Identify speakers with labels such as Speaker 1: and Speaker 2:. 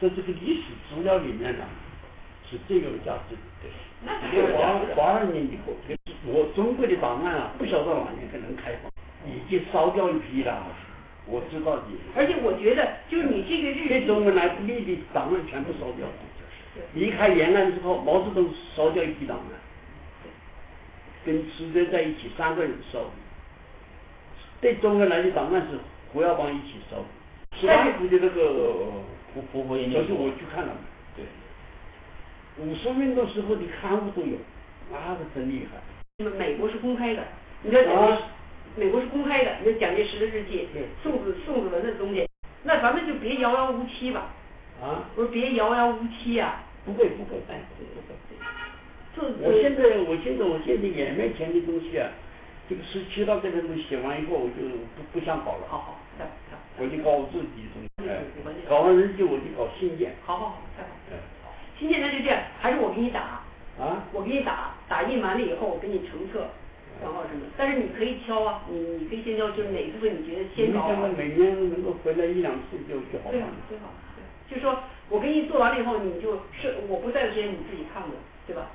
Speaker 1: 在这个历史资料里面呢，是最有价值的。
Speaker 2: 那是
Speaker 1: 因为
Speaker 2: 有价
Speaker 1: 八
Speaker 2: 值的
Speaker 1: 八二年以后，这个我中国的档案啊，不晓得哪一个能开放，已经烧掉一批了。啊我知道你。
Speaker 2: 而且我觉得，就是你这个日
Speaker 1: 对
Speaker 2: 记，
Speaker 1: 中国来立的档案全部烧掉了。离开延安之后，毛泽东烧掉一批档案，跟石哲在一起三个人烧。对中国来的档案是胡耀邦一起烧。十八
Speaker 2: 但
Speaker 1: 府的那个
Speaker 3: 呃胡胡佛研
Speaker 1: 小
Speaker 3: 究
Speaker 1: 时候
Speaker 3: 所
Speaker 1: 我，去看了，
Speaker 3: 对，
Speaker 1: 五四运动时候的刊物都有，那个真厉害。
Speaker 2: 美国是公开的，你知道蒋介石
Speaker 1: 啊，
Speaker 2: 美国是公开的，你说蒋介石的日记
Speaker 1: 对，
Speaker 2: 宋子宋子文的东西，那咱们就别遥遥无期吧，
Speaker 1: 啊，
Speaker 2: 我说别遥遥无期啊，
Speaker 1: 不会不会，哎，不会。
Speaker 2: 就
Speaker 1: 我现在我现在我现在眼面前的东西啊，这个十七大这篇都写完以后，我就不不想搞了。
Speaker 2: 好好，太好太好，
Speaker 1: 我就搞自己东西，哎
Speaker 2: 我就
Speaker 1: 搞完日记我就搞信件，
Speaker 2: 好好好，太好。
Speaker 1: 哎
Speaker 2: 今天咱就这样，还是我给你打，
Speaker 1: 啊，
Speaker 2: 我给你打，打印完了以后我给你成册，然后什么，但是你可以挑啊，你你可以先挑，就是哪一部分你觉得
Speaker 1: 因为
Speaker 2: 先搞
Speaker 1: 现
Speaker 2: 好
Speaker 1: 在。每年能够回来一两次就就好
Speaker 2: 最
Speaker 1: 办
Speaker 2: 好
Speaker 1: 了。
Speaker 2: 最好，对就说我给你做完了以后，你就是我不在的时间你自己看着，对吧？